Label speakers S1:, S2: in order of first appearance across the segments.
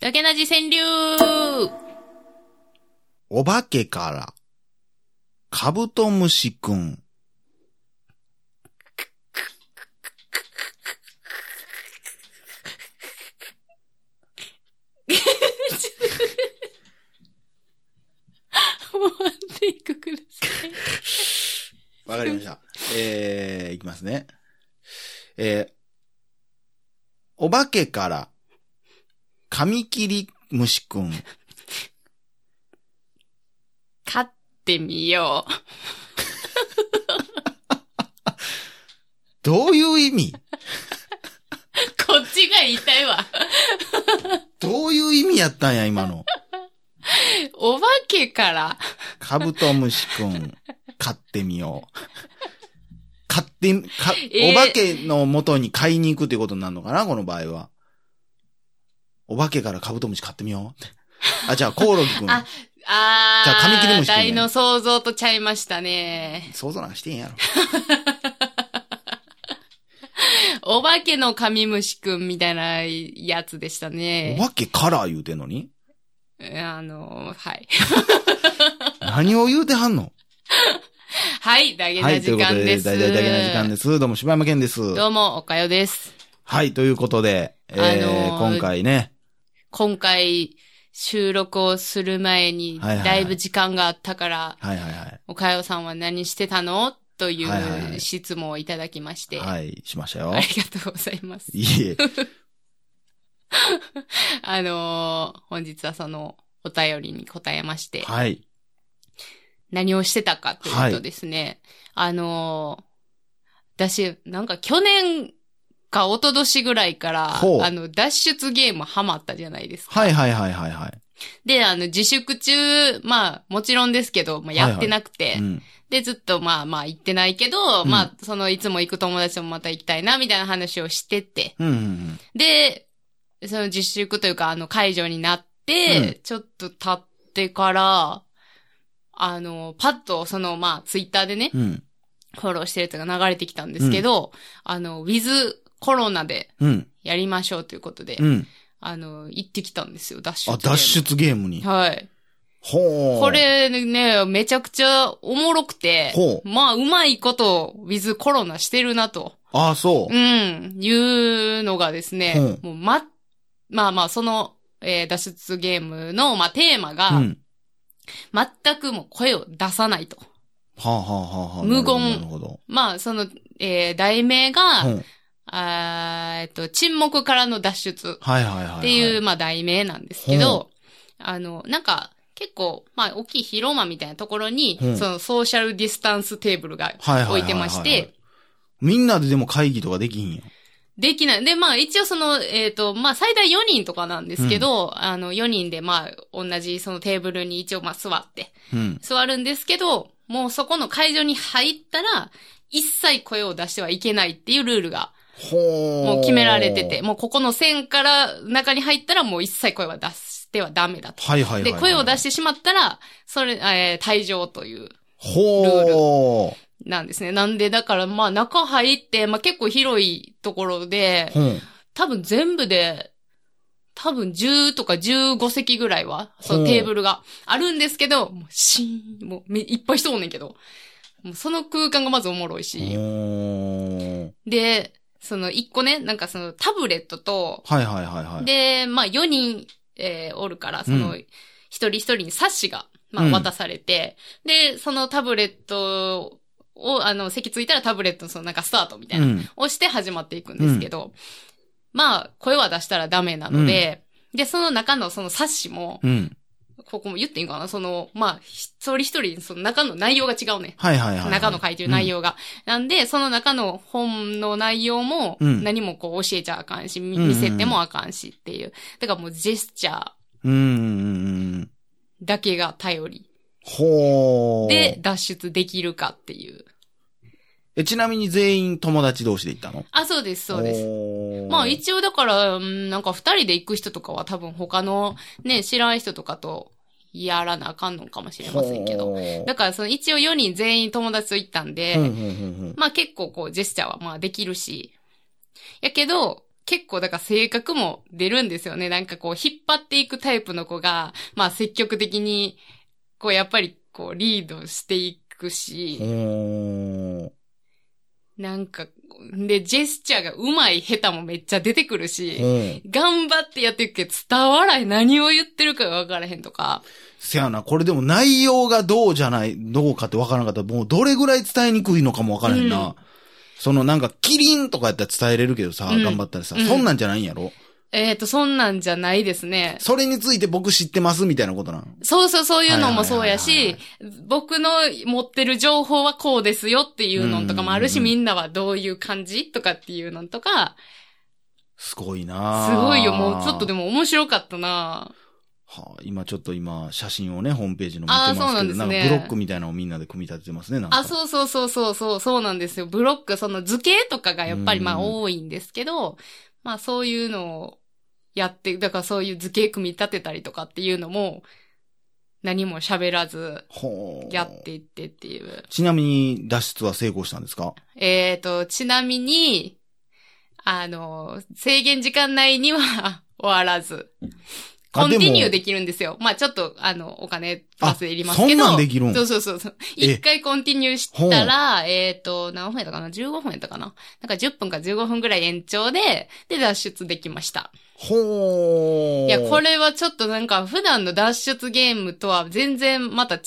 S1: だけなじ 川柳
S2: お化けから、カブトムシくん。
S1: もう安定くください。
S2: わかり ました。えー、いきますね。えー、お化けから、カミキリムシくん。
S1: 勝ってみよう。
S2: どういう意味
S1: こっちが言いたいわ。
S2: どういう意味やったんや、今の。
S1: お化けから、
S2: カブトムシくん、買ってみよう。買って、か
S1: えー
S2: お化けの元に買いに行くってことになるのかなこの場合は。お化けからカブトムシ買ってみようって。あ、じゃあ、コオロギくん。
S1: ああー、
S2: じゃあ紙切りもしてね
S1: 大の想像とちゃいましたね。
S2: 想像なんかしてんやろ。
S1: お化けの神虫くんみたいなやつでしたね
S2: お。化けから言うてんのに
S1: あの、はい。
S2: 何を言うては んの
S1: はい、大げ
S2: は、
S1: ない
S2: とい
S1: 時
S2: うこと
S1: 間
S2: で、
S1: です。。
S2: 大々だけな時間ですす。どうも、柴山健です。
S1: どうも、おかよです。
S2: はい、ということで、えー
S1: あのー
S2: 今回ね、
S1: 今回、収録をする前に、
S2: はいはいはい
S1: だいぶ時間があったから、
S2: はいはいはい。
S1: おかよさんは何してたのとい
S2: はいはいはいう
S1: 質問をいただきまして、
S2: はい、しましたよ
S1: あ。りがとうございます。
S2: いえ、
S1: あのー本日はそのお便りに答えま して、
S2: はい、
S1: 何をしてたかというとですね、あのー私、なんか去年か一昨年ぐらいから、
S2: ほう
S1: あの、脱出ゲームハマったじゃないですか。
S2: はいはいはいはいは
S1: で、あの、自粛中、まあ、もちろんですけど、まあ、やってなくて、
S2: い。うん。
S1: で、ずっとまあまあ行ってないけど、
S2: うん
S1: まあ、そのいつも行く友達ともまた行きたいな、みたいな話をしてて、
S2: うんうんうん。
S1: で、その自粛というか、あの、解除になって、
S2: うん
S1: ちょっと経ってから、あの、パッと、その、まあ、ツイッターでね、
S2: うん。
S1: フォローしてるやつが流れてきたんですけど、あの、ウィズコロナで
S2: うん。
S1: やりましょうということで、
S2: うん。
S1: あの、行ってきたんですよ、ダッシュ。
S2: あ、脱。出ゲームに。
S1: はい。
S2: ほう。
S1: こ。れね、めちゃくちゃおもろくて
S2: ほ、う
S1: まあ、うまいこと、ウィズコロナしてるなと。
S2: あ、そう。
S1: うん、いうのがですね、もうま、まあまあ、その、えー脱出ゲームの、まあ、テーマが、
S2: うん。
S1: 全くもう声を出さないと。
S2: はあ、はあはあはあ、
S1: 無言
S2: なるほど。
S1: まあ、その、えー題名が、
S2: なるほどうん
S1: あーえっと、沈黙からの脱出
S2: はいはいはいはい。
S1: っていう、。まあ、題名なんですけど、あの、なんか、結構、まあ、大きい広間みたいなところに、
S2: うん
S1: その、ソーシャルディスタンステーブルが
S2: はいはいはいは
S1: 置いてまして。
S2: みんなででも会議とかできひんよ。
S1: できない。で、まあ一応その、えっ、と、まあ最大4人とかなんですけど、あの4人でまあ同じそのテーブルに一応まあ座って、
S2: うん。
S1: 座るんですけど、もうそこの会場に入ったら、一切声を出してはいけないっていうルールが
S2: ほう。
S1: もう決められてて、。もうここの線から中に入ったらもう一切声は出してはダメだと。
S2: はいはいは
S1: で、
S2: い。。
S1: 声を出しててしまったら、それ、えー退場という
S2: ほう。
S1: なんですね。なんで、だからまあ中入って、まあ結構広いところで、
S2: ほう。
S1: 多分全部で、多分10とか15席ぐらいは、そ
S2: ほ
S1: の
S2: う
S1: テーブルがあるんですけど、もうシーン、もうめいっぱい人おんねんけど、もうその空間がまずおもろいし、
S2: ほう
S1: で、その1個ね、なんかそのタブレットと、
S2: はいはいはいはい。
S1: で、まあ4人、えーおるから、その
S2: う
S1: 一人一人に冊子が、ま
S2: う
S1: あ
S2: ん
S1: 渡されて、で、そのタブレットを、あの、席ついたらタブレットのそのなんかスタートみたいな
S2: う。ん。
S1: 押して始まっていくんですけど、まあ、声は出したらダメなので、で、その中のその冊子も、
S2: うん。
S1: ここも言っていいんかなその、まあ、一人一人、その中の内容が違うね。
S2: はいはいはい。
S1: 中の書いてる内容が。なんで、その中の本の内容も、
S2: うん
S1: 何もこう教えちゃあかんし、み
S2: うんうん
S1: 見せてもあかんしっていう。だからもうジェスチャー
S2: うん。うんうんうん。
S1: だけが頼り
S2: ほう。
S1: で、脱出できるかっていう。
S2: え、ちなみに全員友達同士で行ったの
S1: あ、そうです、そうです。
S2: す
S1: まあ一応だから、うんなんか二人で行く人とかは多分他のね、知らん人とかとやらなあかんのかもしれませんけど。
S2: ほう
S1: だからその一応4人全員友達と行ったんで、
S2: うんうんうん
S1: まあ結構こうジェスチャーはまあできるし。やけど、結構だから性格も出るんですよね。なんかこう引っ張っていくタイプの子が、まあ積極的に、こうやっぱりこうリードしていくし、
S2: うん。ほ
S1: なんか、で、ジェスチャーが上手い下手もめっちゃ出てくる
S2: う
S1: し、
S2: うん。
S1: 頑張ってやっていくけど伝わらへん。何を言ってるかがわからへんとか。
S2: せやな、これでも内容がどうじゃない、どうかってわからなかったら、もうどれぐらい伝えにくいのかもわからへんな。
S1: うん
S2: そのなんか、キリンとかやったら伝えれるけどさ、
S1: うん
S2: 頑張ったらさ、
S1: うん
S2: そんなんじゃないんやろ
S1: えっ、と、そんなんじゃないですね。
S2: それについて僕知ってますみたいなことなの。
S1: そうそう、そういうのもそうや
S2: はいはい
S1: し
S2: は、
S1: 僕の持ってる情報はこうですよっていうのとかもあるし、
S2: うんうんう
S1: みんなはどういう感じとかっていうのとか、
S2: すごい
S1: す
S2: な
S1: ごいよ、もうちょっとで
S2: も。
S1: も面白かったな
S2: はあ、今ちょっと今、写真をね、ホームページの見て
S1: あ
S2: ま
S1: ー
S2: すけど、
S1: そうなんです
S2: な
S1: ね
S2: んかブロックみたいなのをみんなで組み立ててますね、なんか。
S1: あ、そうそうそうそうそう、そうなんですよ。ブロック、その図形とかがやっぱりまあ
S2: うん
S1: 多いんですけど、まあそういうのをやって、だからそういう図形組み立てたりとかっていうのも、何も喋らず、
S2: ほう。
S1: やっていってっていう。
S2: ちなみに、脱出は成功したんですか
S1: えっ、と、ちなみに、あの、制限時間内には 終わらず、コンティニューで
S2: き
S1: きるんですよ。まあちょっと、あの、お金、プラ
S2: あ
S1: スいりますけど。
S2: そんなんできるん
S1: そうそうそうそう。
S2: え
S1: 一回コンティニューしたら、えっ、と、何分やったかな ?15 分やったかななんか10分か15分ぐらい延長で、で、脱出できました。
S2: ほ
S1: い
S2: う。
S1: や、こ。れはちょっとなんか、普段の脱出ゲームとは全然また違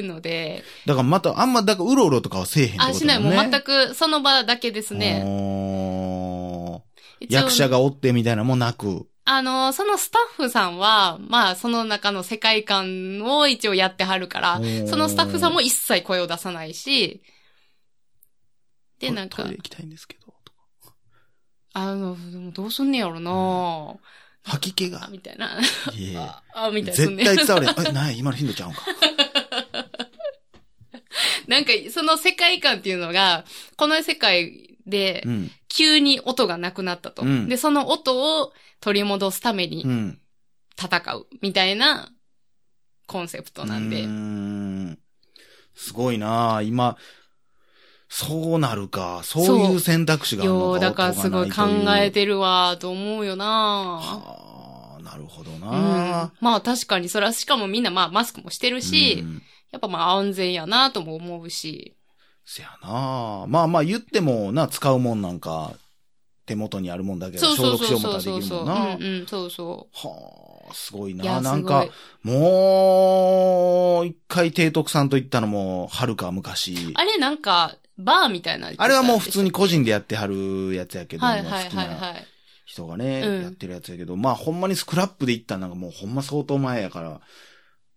S1: うので、
S2: だからまた、あんま、だからうろうろとかはせえへんってこと
S1: あ、しない、も
S2: もん
S1: う
S2: ね
S1: 全くその場だけですね。
S2: ね。
S1: 一応
S2: 役者がおってみたいなのもなく。
S1: あの、そのスタッフさんは、まあ、その中の世界観を一応やってはるから
S2: お、ー
S1: そのスタッフさんも一切声を出さないし、で、
S2: これ
S1: なん
S2: ト
S1: か
S2: イレ、行きたいんですけど。とか
S1: あの、でもどうすんねやろな
S2: 吐き気
S1: あ
S2: が。
S1: みたいな。
S2: いえいえ
S1: あ、あみたいな。
S2: 絶対伝
S1: そん
S2: わ
S1: な
S2: れへん。え、ない、今の頻度ちゃう んか。
S1: なんか、その世界観っていうのが、この世界で
S2: う、ん。
S1: 急に音がなくなったと。
S2: うん
S1: で、その音を取り戻すために
S2: うん。
S1: 戦う、みたいなコンセプトなんで。
S2: うーんすごいなあ今、そうなるか。そういう選択肢があるのか
S1: よう、だから
S2: 音
S1: すご
S2: がないと
S1: 考
S2: う
S1: えてるわ、と思うよな
S2: はあ、なるほど
S1: うん、
S2: な
S1: ま、あ確かに、それはしかもみんなまあマスクもしてるし、
S2: うん
S1: やっぱまあ安全やなとも思うし。
S2: せやなあまあまあ言ってもな、使うもんなんか、手元にあるもんだけど、
S1: そうそ
S2: 消
S1: う
S2: 毒し
S1: そ
S2: よ
S1: う
S2: うも
S1: そ
S2: た
S1: うそうそう。う
S2: らできるもんな。
S1: んうん、そうそう。
S2: はあ、すごい
S1: いや
S2: なあなん
S1: す
S2: か
S1: ごい、
S2: もう、一回提督さんと行ったのも、はるか昔。
S1: あれなんか、バーみたいな。
S2: あれはもう普通に個人でやってはるやつやけど、
S1: はいはい
S2: 好き
S1: はい
S2: な
S1: はい。
S2: 人がね、
S1: うん
S2: やってるやつやけど、まあほんまにスクラップで行ったんなんかもうほんま相当前やから、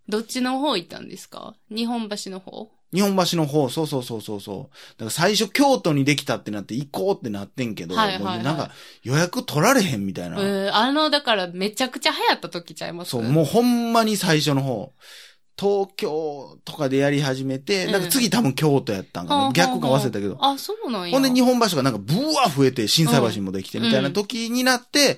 S1: どっちの方行ったんですか日本橋の方
S2: 日本橋の方、そうそうそうそうそう。だから最初京都にできたってなって行こうってなってんけど、
S1: はいはいはい
S2: もうなんか予約取られへんみたいな。
S1: うん、あの、だからめちゃくちゃ流行った時ちゃいます
S2: そう、もうほんまに最初の方。東京とかでやり始めて、
S1: うん
S2: なんか次多分京都やったんか
S1: はあはあ
S2: な。
S1: はあ
S2: 逆か忘れたけど。
S1: あ、そうなんや。
S2: ほんで日本橋がなんかブワー増えて、震災橋にもできてみたいな時になって、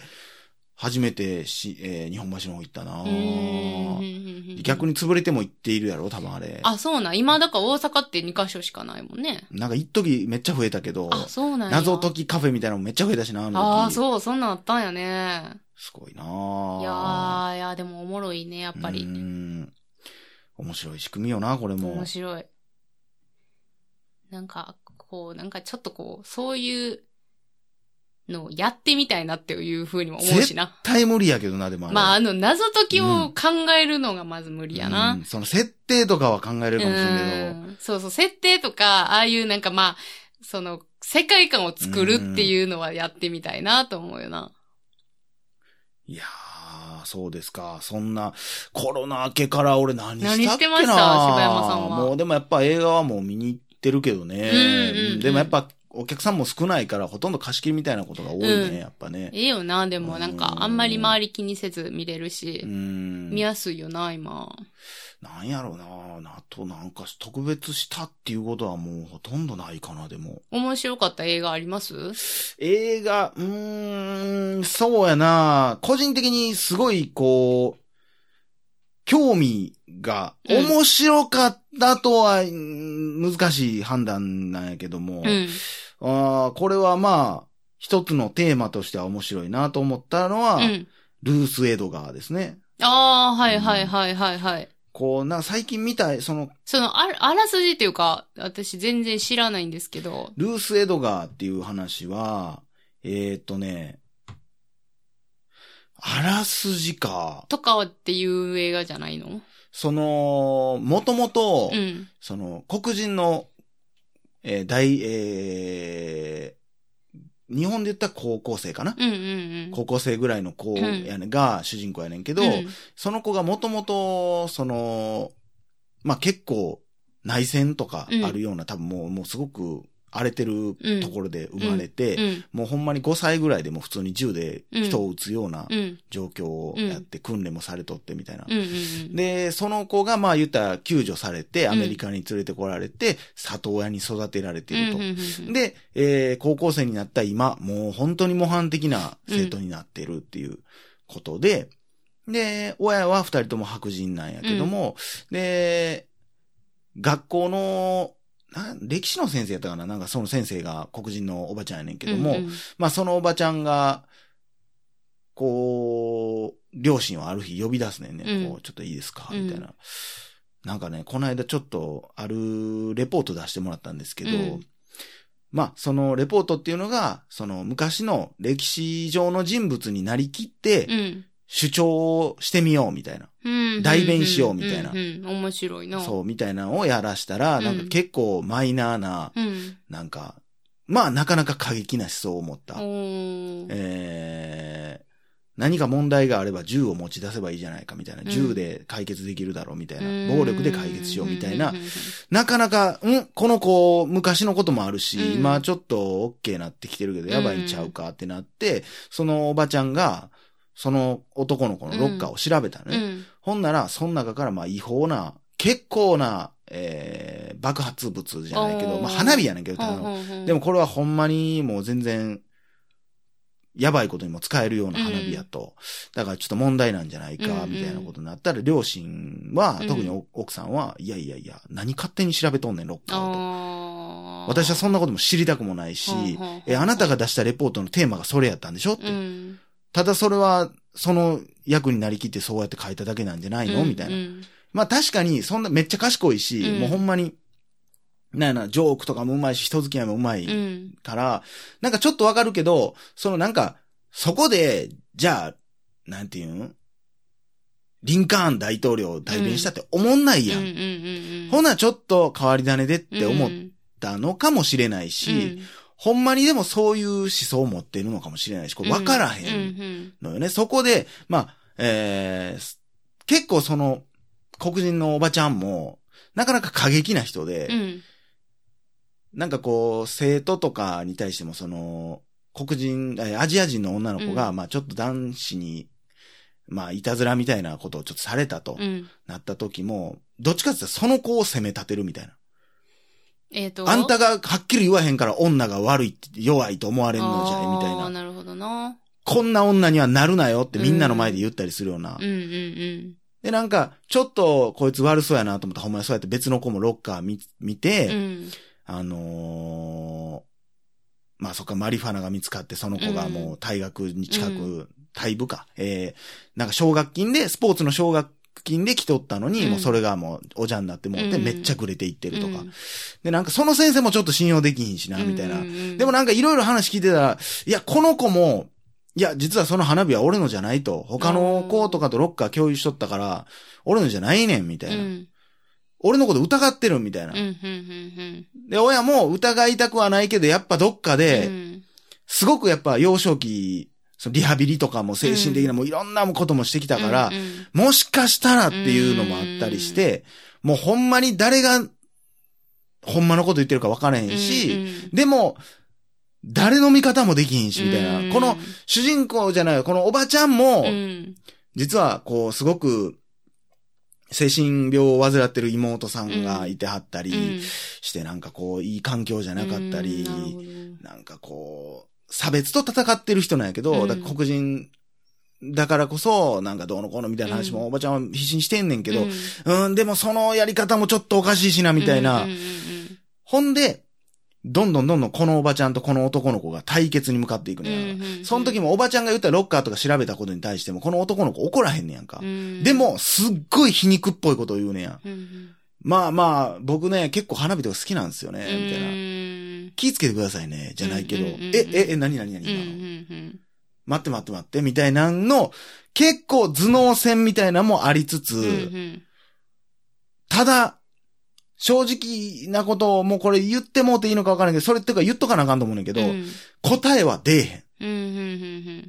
S2: 初めてし、えー日本橋の方行ったな
S1: うん。
S2: 逆
S1: に。
S2: に潰れても行っているやろ多分あれ。
S1: あ、そうなん。今だから大阪って2箇所しかないもんね。
S2: なんか一時めっちゃ増えたけど、
S1: あ、そうなんや。
S2: 謎解きカフェみたいなのめっちゃ増えたしな、あの時。
S1: ああ、そう、そんなんあったんやね。
S2: すごいない
S1: や
S2: あ
S1: ー、いやーでもおもろいね、やっぱ
S2: う
S1: り。
S2: ん。面白い仕組みよな、これも
S1: 面。白い。なんか、こう、なんかちょっとこう、そういうのをやってみたいなっていうふうにも思うしな。
S2: タイムリーやけどな、でもあれ。
S1: まあ、あの、謎解きを考えるのがまず無理やな。
S2: うんその設定とかは考えれるかもしれんけど。
S1: うんそうそう、設定とか、ああいうなんかまあ、その、世界観を作るっていうのはやってみたいなと思うよな。
S2: いやー、そうですか。そんな、コロナ明けから俺何したっけな
S1: 何してました柴山さんは
S2: もうでもやっぱ映画はもう見に行ってるけどね。
S1: うんうんうん
S2: でもやっぱお客さんも少ないからほとんど貸し切りみたいなことが多いね、
S1: うん
S2: やっぱね。
S1: ええよな、でもなん
S2: う
S1: か、
S2: ん
S1: あんまり周り気にせず見れる
S2: う
S1: し、
S2: ん。
S1: 見やすいよな、今。
S2: なんやろうななとなんか特別したっていうことはもうほとんどないかな、でも。
S1: 面白かった映画あります
S2: 映画、うーん、そうやな個人的にすごいこう、興味が
S1: うん
S2: 面白かったとは、うん難しい判断なんやけども、
S1: うん。
S2: あーこれはまあ、一つのテーマとしては面白いなと思ったのは、
S1: うん。
S2: ルース・エドガーですね。
S1: ああ、はいはいはいはいはい。
S2: こう、な、最近見た、その、
S1: その、あら、あらすじっていうか、私全然知らないんですけど。
S2: ルース・エドガーっていう話は、えーっ、とね、あらすじか。
S1: とかっていう映画じゃないの
S2: その、もともと
S1: う、ん。
S2: その、黒人の、えー大、えー日本で言ったら高校生かな、
S1: うんうんうん。
S2: 高校生ぐらいの子やね、が主人公やねんけど、
S1: うん
S2: その子がもともと、その、まあ、結構、内戦とかあるような、多分もう、もうすごく荒れてる
S1: うん
S2: ところで生まれて、
S1: うん。
S2: もうほんまに5歳ぐらいでもう普通に銃で人を撃つような
S1: うん。
S2: 状況をやって、訓練もされとってみたいな
S1: うん。うんうん。
S2: で、その子がまあ言ったら救助されて、
S1: ん
S2: アメリカに連れてこられて、里親に育てられていると。
S1: とで、
S2: で、えー高校生になった今、もう本当に模範的な生徒になってるっていうことで、で、親は二人とも白人なんやけども、で、学校の、な歴史の先生やったかななんかその先生が黒人のおばちゃんやねんけども、
S1: うんうん
S2: まあそのおばちゃんが、こう、両親をある日呼び出すねんね。
S1: うん
S2: こう、ちょっといいですか
S1: うん
S2: みたいな。なんかね、この間ちょっと、あるレポート出してもらったんですけど、
S1: うん
S2: まあそのレポートっていうのが、その昔の歴史上の人物になりきって、
S1: うん
S2: 主張をしてみようみたいな。
S1: うん。
S2: 代弁しようみたいな
S1: うんうんうん面白いな。
S2: そう、みたいなのをやらしたら、
S1: うん
S2: なんか結構マイナーな、
S1: う。うん。
S2: なんか、まあなかなか過激な思想を持っ
S1: お。
S2: た
S1: ー
S2: えー何か問題があれば銃を持ち出せばいいじゃないかみたいな、
S1: うん
S2: 銃で解決できるだろうみたいな、
S1: うん
S2: 暴力で解決しようみたいな
S1: うんう、んうん
S2: なかなか、んこの子、昔のこともあるし、
S1: うん
S2: 今ちょっと OK なってきてるけど、やばいんちゃうかってなって、そのおばちゃんが、その男の子のロッカーを調べたの
S1: う
S2: ね。
S1: ん。
S2: ほんなら、その中からまあ違法な、結構な、えー爆発物じゃないけど、
S1: おー
S2: まあ花火やねんけど、ただので
S1: も、
S2: もこれはほんまにもう全然、やばいことにも使えるような花火やと。だからちょっと問題なんじゃない
S1: うんう
S2: か、
S1: ん
S2: みたいなことになったら、両親は、
S1: うん
S2: 特にお奥さんは、いやいやいや、何勝手に調べとんねん、ロッカーをと。
S1: あー
S2: 私はそんなことも知りたくもないし
S1: ほうほうほう、
S2: え、あなたが出したレポートのテーマがそれやったんでしょって。
S1: うん。
S2: ただそれは、その役になりきってそうやって書いただけなんじゃないのみたいな
S1: う。ん
S2: まあ確かに、そんなめっちゃ賢いし、
S1: うん
S2: もうほんまに、なんやな、ジョークとかもうまいし、人付き合いもうまい
S1: うん。
S2: から、なんかちょっとわかるけど、そのなんか、そこで、じゃあ、なんていうんリンカーン大統領を代弁したって思んないやん。
S1: うんうんうんうん。
S2: ほな、ちょっと変わり種でって思っ
S1: うん
S2: たのかもしれないし、
S1: うん
S2: ほんまにでもそういう思想を持っているのかもしれないし、これわからへ
S1: うんん
S2: のよね。そこで、まあ、えー結構その、黒人のおばちゃんも、なかなか過激な人で、
S1: うんうん
S2: なんかこう、生徒とかに対しても、その、黒人、えアジア人の女の子が、
S1: う
S2: まあちょっと男子に、まあ、いたずらみたいなことをちょっとされたと
S1: う、ん
S2: なった時も、どっちかって言ったらその子を責め立てるみたいな。
S1: えっと。
S2: あんたがはっきり言わへんから女が悪いって、弱いと思われるのじゃい、みた
S1: あー
S2: いな。
S1: なるほどな。
S2: こんな女にはなるなよってみんなの前で言ったりするような。
S1: うんうん
S2: で、なんか、ちょっとこいつ悪そうやなと思ったら、ほんまにそうやって別の子もロッカー見見て、
S1: うん。うん。
S2: あのーまあそっか、マリファナが見つかって、その子がもう退学に近く、
S1: う
S2: 退部か。えー、なんか奨学金で、スポーツの奨学金で来とったのに、
S1: うん
S2: もうそれがもうおじゃんになってもうて、
S1: うん
S2: めっちゃくれていってるとか。
S1: うん
S2: で、なんかその先生もちょっと信用できひんしな、みたいな。でも
S1: な、
S2: なんかいろいろ話聞いてたら、いや、この子も、いや、実はその花火は俺のじゃないと。他の子とかとロッカー共有しとったから、俺のじゃないねん、みた
S1: う
S2: い
S1: んう
S2: な。
S1: ん
S2: 俺のこと疑ってる、みたいな。
S1: うんうん
S2: で、親も疑いたくはないけど、やっぱどっか
S1: うん。
S2: で、
S1: うん
S2: すごくやっぱ幼少期、そのリハビリとかも精神的な、もういろんなこともしてきたから、
S1: うんうん
S2: もしかしたらっていうのもあったりして、もうほんまに誰が、ほんまのこと言ってるか分からへんし、
S1: うんうん
S2: でも、誰の味方もできへんし、みたいな。
S1: うん
S2: この、主人公じゃない、このおばちゃんも、
S1: うん
S2: 実は、こう、すごく、精神病を患ってる妹さんがいてはったり、
S1: うん
S2: して、なんかこう、いい環境じゃなかったり、
S1: うんなるほ
S2: なんかこう、差別と戦ってる人なんやけど、
S1: うん
S2: だから黒人だからこそ、なんかどうのこうのみたいな話
S1: うん
S2: もおばちゃんは必死にしてんねんけど、
S1: うん
S2: うん、でもそのやり方もちょっとおかしいしな、みたいな。
S1: うんうんうん
S2: ほんで、どんどんどんどんこのおばちゃんとこの男の子が対決に向かっていく
S1: うん
S2: ねやん
S1: うんうんうん
S2: その時もおばちゃんが言ったロッカーとか調べたことに対しても、この男の子怒らへんねやんか
S1: う。ん
S2: でも、すっごい皮肉っぽいことを言うねやん。
S1: うんうん
S2: まあまあ、僕ね、結構花火とか好きなんですよね、みたいな。気ぃつけてくださいね、じゃないけど。
S1: うんうんうんうん
S2: え、え、え、何何何
S1: うんうんう
S2: 今の、
S1: んうん
S2: 待って待って待って、みたいなんの、結構頭脳戦みたいなのもありつつ、
S1: うんうん
S2: ただ、正直なことをもうこれ言ってもうていいのかわからないけど、それっていうか言っとかなあかんと思うねんだけど、
S1: うん
S2: 答えは出え
S1: う
S2: へん。
S1: んうん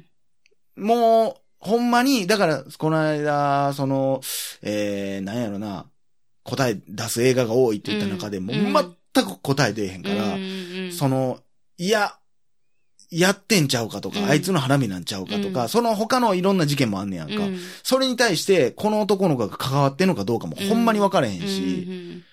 S1: うん
S2: もう、ほんまに、だから、この間、その、えー、なんやろな、答え出す映画が多いって言った中でも、
S1: うん
S2: 全く答え出えへん
S1: う
S2: か
S1: ん
S2: ら、
S1: うんうんうん
S2: その、いや、やってんちゃうかとか、
S1: うん
S2: あいつの花火なんちゃうかとか、
S1: うん
S2: その他のいろんな事件もあんねやんか。
S1: うん
S2: それに対して、この男の子が関わってんのかどうかも、
S1: うん
S2: ほんまに分からへんし、
S1: うんうん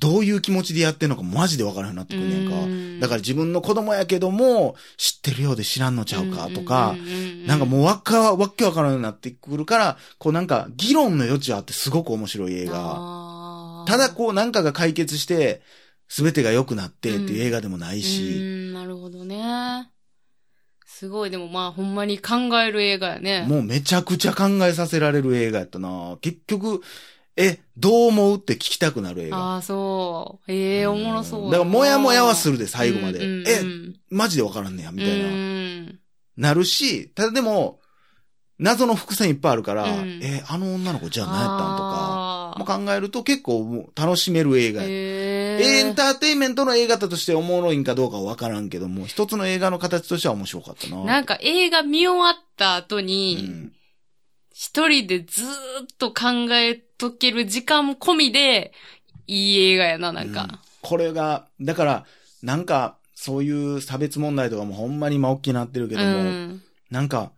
S2: どういう気持ちでやってんのかマジで分からへんなってくんねんか。
S1: うん
S2: だから自分の子供やけども、知ってるようで知らんのちゃうかと
S1: う
S2: か、
S1: んうんうん
S2: なんかもうわっか、わっけわからんようになってくるから、こうなんか議論の余地はあってすごく面白い映画。
S1: あー
S2: ただこうなんかが解決して、すべてが良くなってっていう映画でもないうし、
S1: んなるほどね。すごい、でもまあ、ほんまに考える映画やね。
S2: もうめちゃくちゃ考えさせられる映画やったな結局、え、どう思うって聞きたくなる映画。
S1: ああ、そう。ええおもろそうや
S2: ん
S1: な。
S2: だから、もやもやはするで、最後まで。
S1: うんうん
S2: え、マジでわからんねや、みたいな。
S1: うん
S2: なるし、ただでも、謎の伏線いっぱいあるから、
S1: うん
S2: えーあの女の子じゃあ何やったんとか、
S1: あー
S2: まあ考えると結構もう楽しめる映画や、
S1: ええ
S2: エンターテインメントの映画だとしておもろいんかどうかはわからんけども、一つの映画の形としては面白かったな。
S1: なんか映画見終わった後
S2: う
S1: に、
S2: ん、
S1: 一人でずーっと考えとける時間込みで、いい映画やな、なん
S2: う
S1: か。
S2: これが、だから、なんか、そういう差別問題とかもほんまに今大きくなってるけ
S1: う
S2: ども、
S1: ん。
S2: なんか、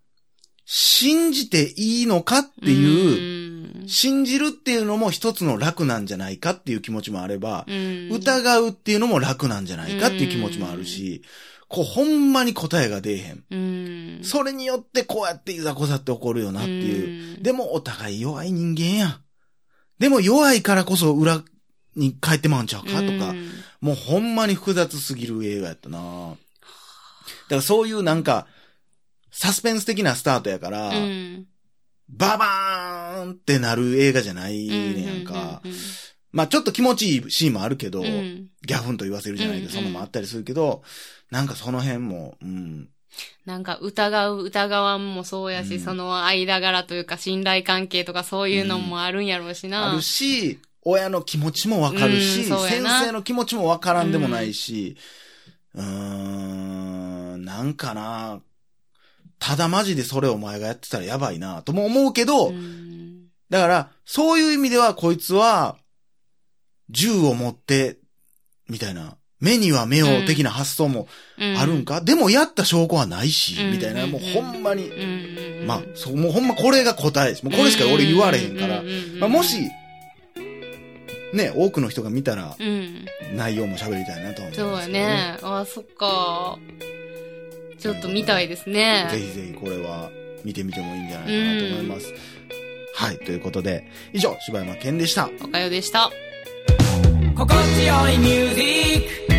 S2: 信じていいのかっていう、
S1: いう
S2: 信じるっていうのも一つの楽なんじゃないかっていう気持ちもあれば、
S1: うん、
S2: 疑うっていうのも楽なんじゃないかっていう気持ちもあるし、こう、ほんまに答えが出えへん。
S1: うん、
S2: それによってこうやっていざこざって起こるよなっていう。
S1: うん
S2: でも、お互い弱い人間やん。でも、弱いからこそ裏に帰ってまうんちゃうかとか、
S1: うん
S2: もうほんまに複雑すぎる映画やったなだからそういうなんか、サスペンス的なスタートやから、
S1: うん
S2: ババーンってなる映画じゃないねやんか。
S1: うんうん
S2: まあちょっと気持ちいいシーンもあるけど、
S1: うんうん
S2: ギャフンと言わせるじゃないけ
S1: う
S2: ど、
S1: んうん
S2: そんなのもあったりするけど、なんかその辺も、うん。
S1: なんか疑う、疑わんもそうやし、
S2: うん
S1: その間柄というか信頼関係とかそういうのもあるんやろうしな。
S2: あるし、親の気持ちもわかるし、
S1: うんそうや
S2: 先
S1: な
S2: 生の気持ちもわからんでもないし、うーん、なんかな、ただマジでそれお前がやってたらやばいな、とも思うけど、
S1: うん
S2: だから、そういう意味ではこいつは、銃を持って、みたいな、目には目を的な発想もあるんか、でもやった証拠はないし、みたいな、もうほんまに、まあ、そう、もうほんまこれが答えです。もうこれしか俺言われへんから。まあ、も、し、ね、多くの人が見たら
S1: うんうんうんうんうんうん
S2: 内容も喋りたいなとは思いますけ
S1: そ
S2: ど
S1: うや。ね。あ、そっか。ちょっと見たいですね。
S2: ぜひぜひこれは見てみてもいいんじゃないかなと思います。はい、ということで、以上、柴山健でした。
S1: おかよでした。
S3: 心地よいミュージック